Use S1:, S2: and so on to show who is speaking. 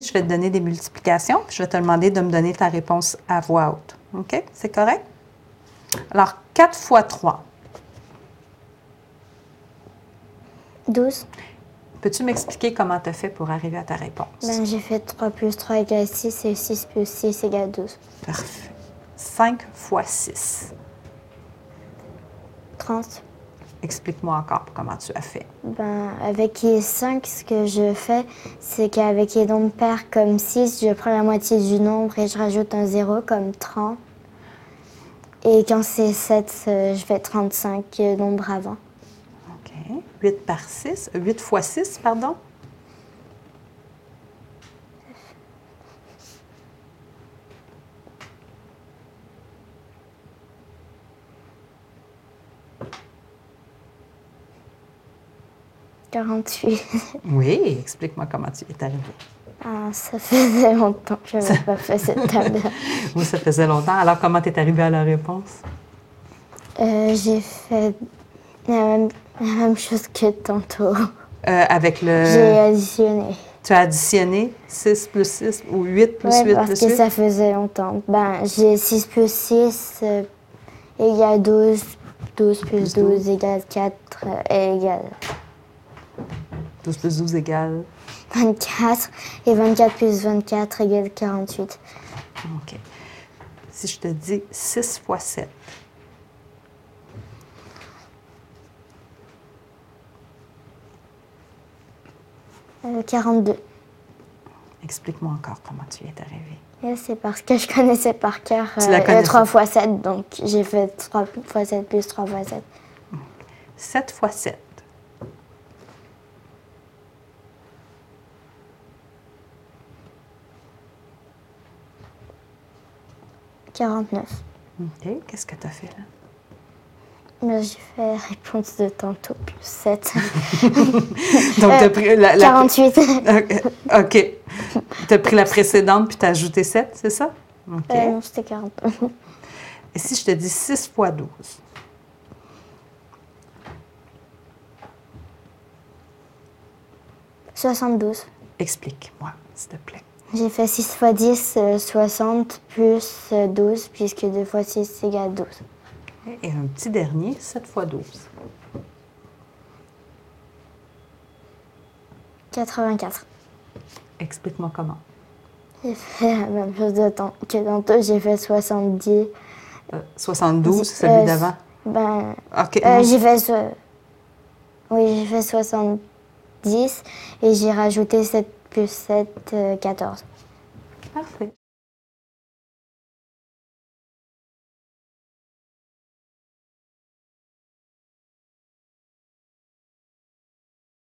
S1: Je vais te donner des multiplications, puis je vais te demander de me donner ta réponse à voix haute. OK? C'est correct? Alors, 4 fois 3.
S2: 12.
S1: Peux-tu m'expliquer comment tu as fait pour arriver à ta réponse?
S2: Ben, j'ai fait 3 plus 3 égale 6 et 6 plus 6 égale 12.
S1: Parfait. 5 fois 6.
S2: 30.
S1: Explique-moi encore comment tu as fait.
S2: Ben, avec les 5, ce que je fais, c'est qu'avec les nombres pairs comme 6, je prends la moitié du nombre et je rajoute un 0 comme 30. Et quand c'est 7, euh, je fais 35 euh, nombre avant.
S1: OK. 8 par 6. 8 fois 6, pardon.
S2: 48.
S1: Oui, explique-moi comment tu es arrivé.
S2: Ah, ça faisait longtemps que je n'avais pas fait cette table.
S1: Oui, ça faisait longtemps. Alors, comment tu es arrivé à la réponse?
S2: Euh, j'ai fait la même, la même chose que tantôt.
S1: Euh, avec le.
S2: J'ai additionné.
S1: Tu as additionné 6 plus 6 ou 8 plus
S2: Ouais,
S1: 8
S2: parce
S1: plus
S2: que
S1: 8?
S2: ça faisait longtemps. Ben, j'ai 6 plus 6 euh, égale 12, 12 plus 12 égale 4 euh, égale
S1: 12 plus 12 égale.
S2: 24 et 24 plus 24 égale 48.
S1: OK. Si je te dis 6 fois 7,
S2: euh, 42.
S1: explique-moi encore comment tu es arrivé.
S2: Et c'est parce que je connaissais par cœur
S1: Tu la
S2: euh,
S1: connaissais.
S2: le 3 x 7, donc j'ai fait 3 x 7 plus 3 x 7.
S1: 7 fois 7.
S2: 49.
S1: OK. Qu'est-ce que tu as fait là?
S2: Mais j'ai fait réponse de tantôt plus 7.
S1: Donc,
S2: Euh,
S1: tu as pris la. la-
S2: 48.
S1: Euh, OK. Tu as pris la précédente puis tu as ajouté 7, c'est ça? OK.
S2: Euh, non, c'était 42.
S1: Et si je te dis 6 fois 12?
S2: 72.
S1: Explique-moi, s'il te plaît.
S2: J'ai fait 6 fois 10, euh, 60, plus euh, 12, puisque 2 fois 6 égale 12.
S1: Et un petit dernier, 7 fois 12.
S2: 84.
S1: Explique-moi comment.
S2: J'ai fait la même chose de temps que tantôt, j'ai fait 70.
S1: Euh, 72,
S2: Dix-
S1: celui
S2: euh,
S1: d'avant.
S2: Ben,
S1: OK.
S2: euh,
S1: non,
S2: j'ai fait... so- Oui, j'ai fait 70 et j'ai rajouté 7 plus 7, euh, 14.
S1: Parfait.